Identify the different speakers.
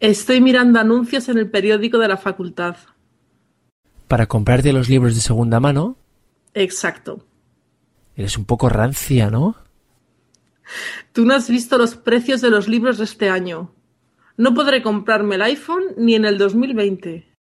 Speaker 1: Estoy mirando anuncios en el periódico de la facultad.
Speaker 2: Para comprarte los libros de segunda mano.
Speaker 1: Exacto.
Speaker 2: Eres un poco rancia, ¿no?
Speaker 1: Tú no has visto los precios de los libros de este año. No podré comprarme el iPhone ni en el 2020.